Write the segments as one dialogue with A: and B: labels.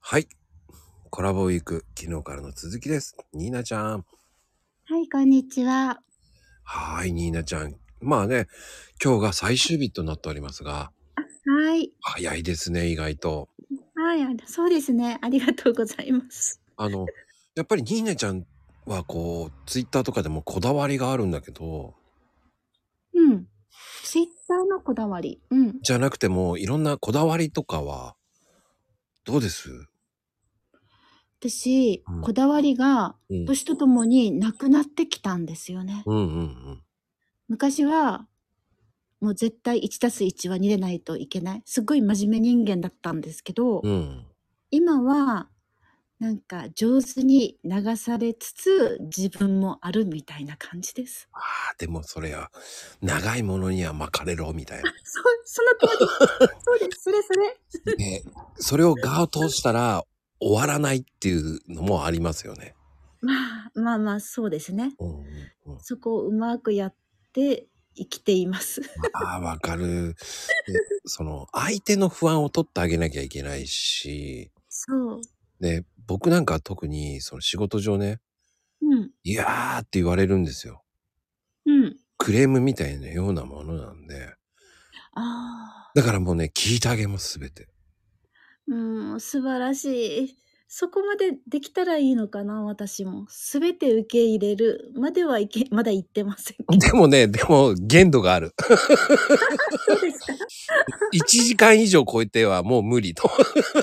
A: はい。コラボウィーク、昨日からの続きです。ニーナちゃん。
B: はい、こんにちは。
A: はーい、ニーナちゃん。まあね、今日が最終日となっておりますが、
B: はい。
A: 早いですね、意外と。
B: はい、あそうですね。ありがとうございます。
A: あの、やっぱりニーナちゃんはこう、ツイッターとかでもこだわりがあるんだけど、
B: うん。ツイッターのこだわり。うん。
A: じゃなくてもいろんなこだわりとかは、どうです
B: 私
A: うん、
B: こだわりが、
A: うん。
B: 年とともになくなってきたんですよね。
A: うんうんうん。
B: 昔は、もう絶対1たす1は2でないといけない。すごい真面目人間だったんですけど、
A: うん。
B: 今は、なんか上手に流されつつ自分もあるみたいな感じです。
A: ああ、でもそれは、長いものには巻かれろ、みたいな。
B: そ、その通り。そうです。それそれ。
A: ね、それをガー通したら終わらないっていうのもありますよね。
B: まあ まあまあそうですね。
A: うんうんうん、
B: そこをうまくやって生きています。
A: ああ、わかる。でその相手の不安を取ってあげなきゃいけないし、
B: そう。
A: で、僕なんか特にその仕事上ね、
B: うん。
A: いやーって言われるんですよ。
B: うん。
A: クレームみたいなようなものなんで。
B: ああ。
A: だからもうね、聞いてあげます、すべ て。
B: うん、素晴らしい。そこまでできたらいいのかな、私も。すべて受け入れるまではいけ、 まだ言ってませんけど。
A: でもね、でも限度がある。
B: そうですか。1
A: 1時間以上超えてはもう無理と。
B: 時間、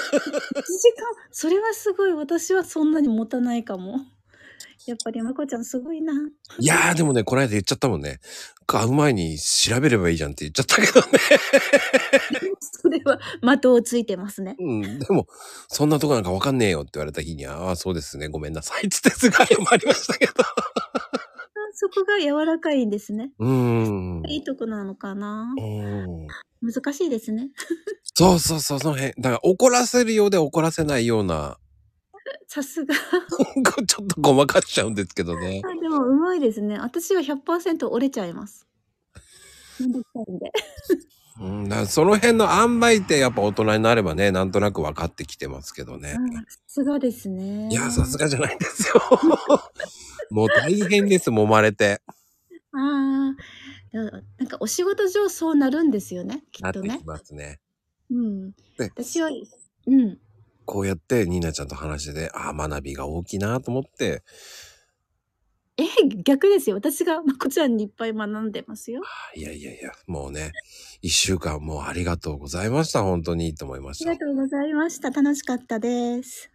B: それはすごい。私はそんなに持たないかも。やっぱりまこちゃんすごいな。
A: いやーでもね、この間言っちゃったもんね。買う前に調べればいいじゃんって言っちゃったけどね。
B: それは的をついてますね。
A: うん、でも、そんなとこなんかわかんねえよって言われた日に、ああ、そうですね、ごめんなさいっつってすぐ謝りました けど。
B: あそこが柔らかいんですね。
A: うーん。う
B: いいとこなのかな。
A: ーん
B: 難しいですね。
A: そうそうそう、その辺。だから怒らせるようで怒らせないような、
B: さすが。
A: ちょっとごまかしちゃうんですけどね。
B: あでもうまいですね。私は100%折れちゃいます。めんどくさいんで。
A: うん、だからその辺の塩梅ってやっぱ大人になればね、なんとなく分かってきてますけどね。
B: あさすがですね。
A: いや、さすがじゃないんですよ。 もう大変です、揉まれて。
B: ああ。でもなんかお仕事上そうなるんですよね。き
A: な
B: っ
A: っ
B: と
A: て
B: ね
A: き。ますね。
B: うん。
A: で
B: 私は、うん。
A: こうやってニーナちゃんと話してて、ああ、学びが大きいなと思って、
B: え、逆ですよ。私がまこちゃんにいっぱい学んでますよ。あ
A: いやいやいや、もうね、一週間もうありがとうございました。本当にいいと思いまし
B: り
A: た
B: が。とうございました。楽しかったです。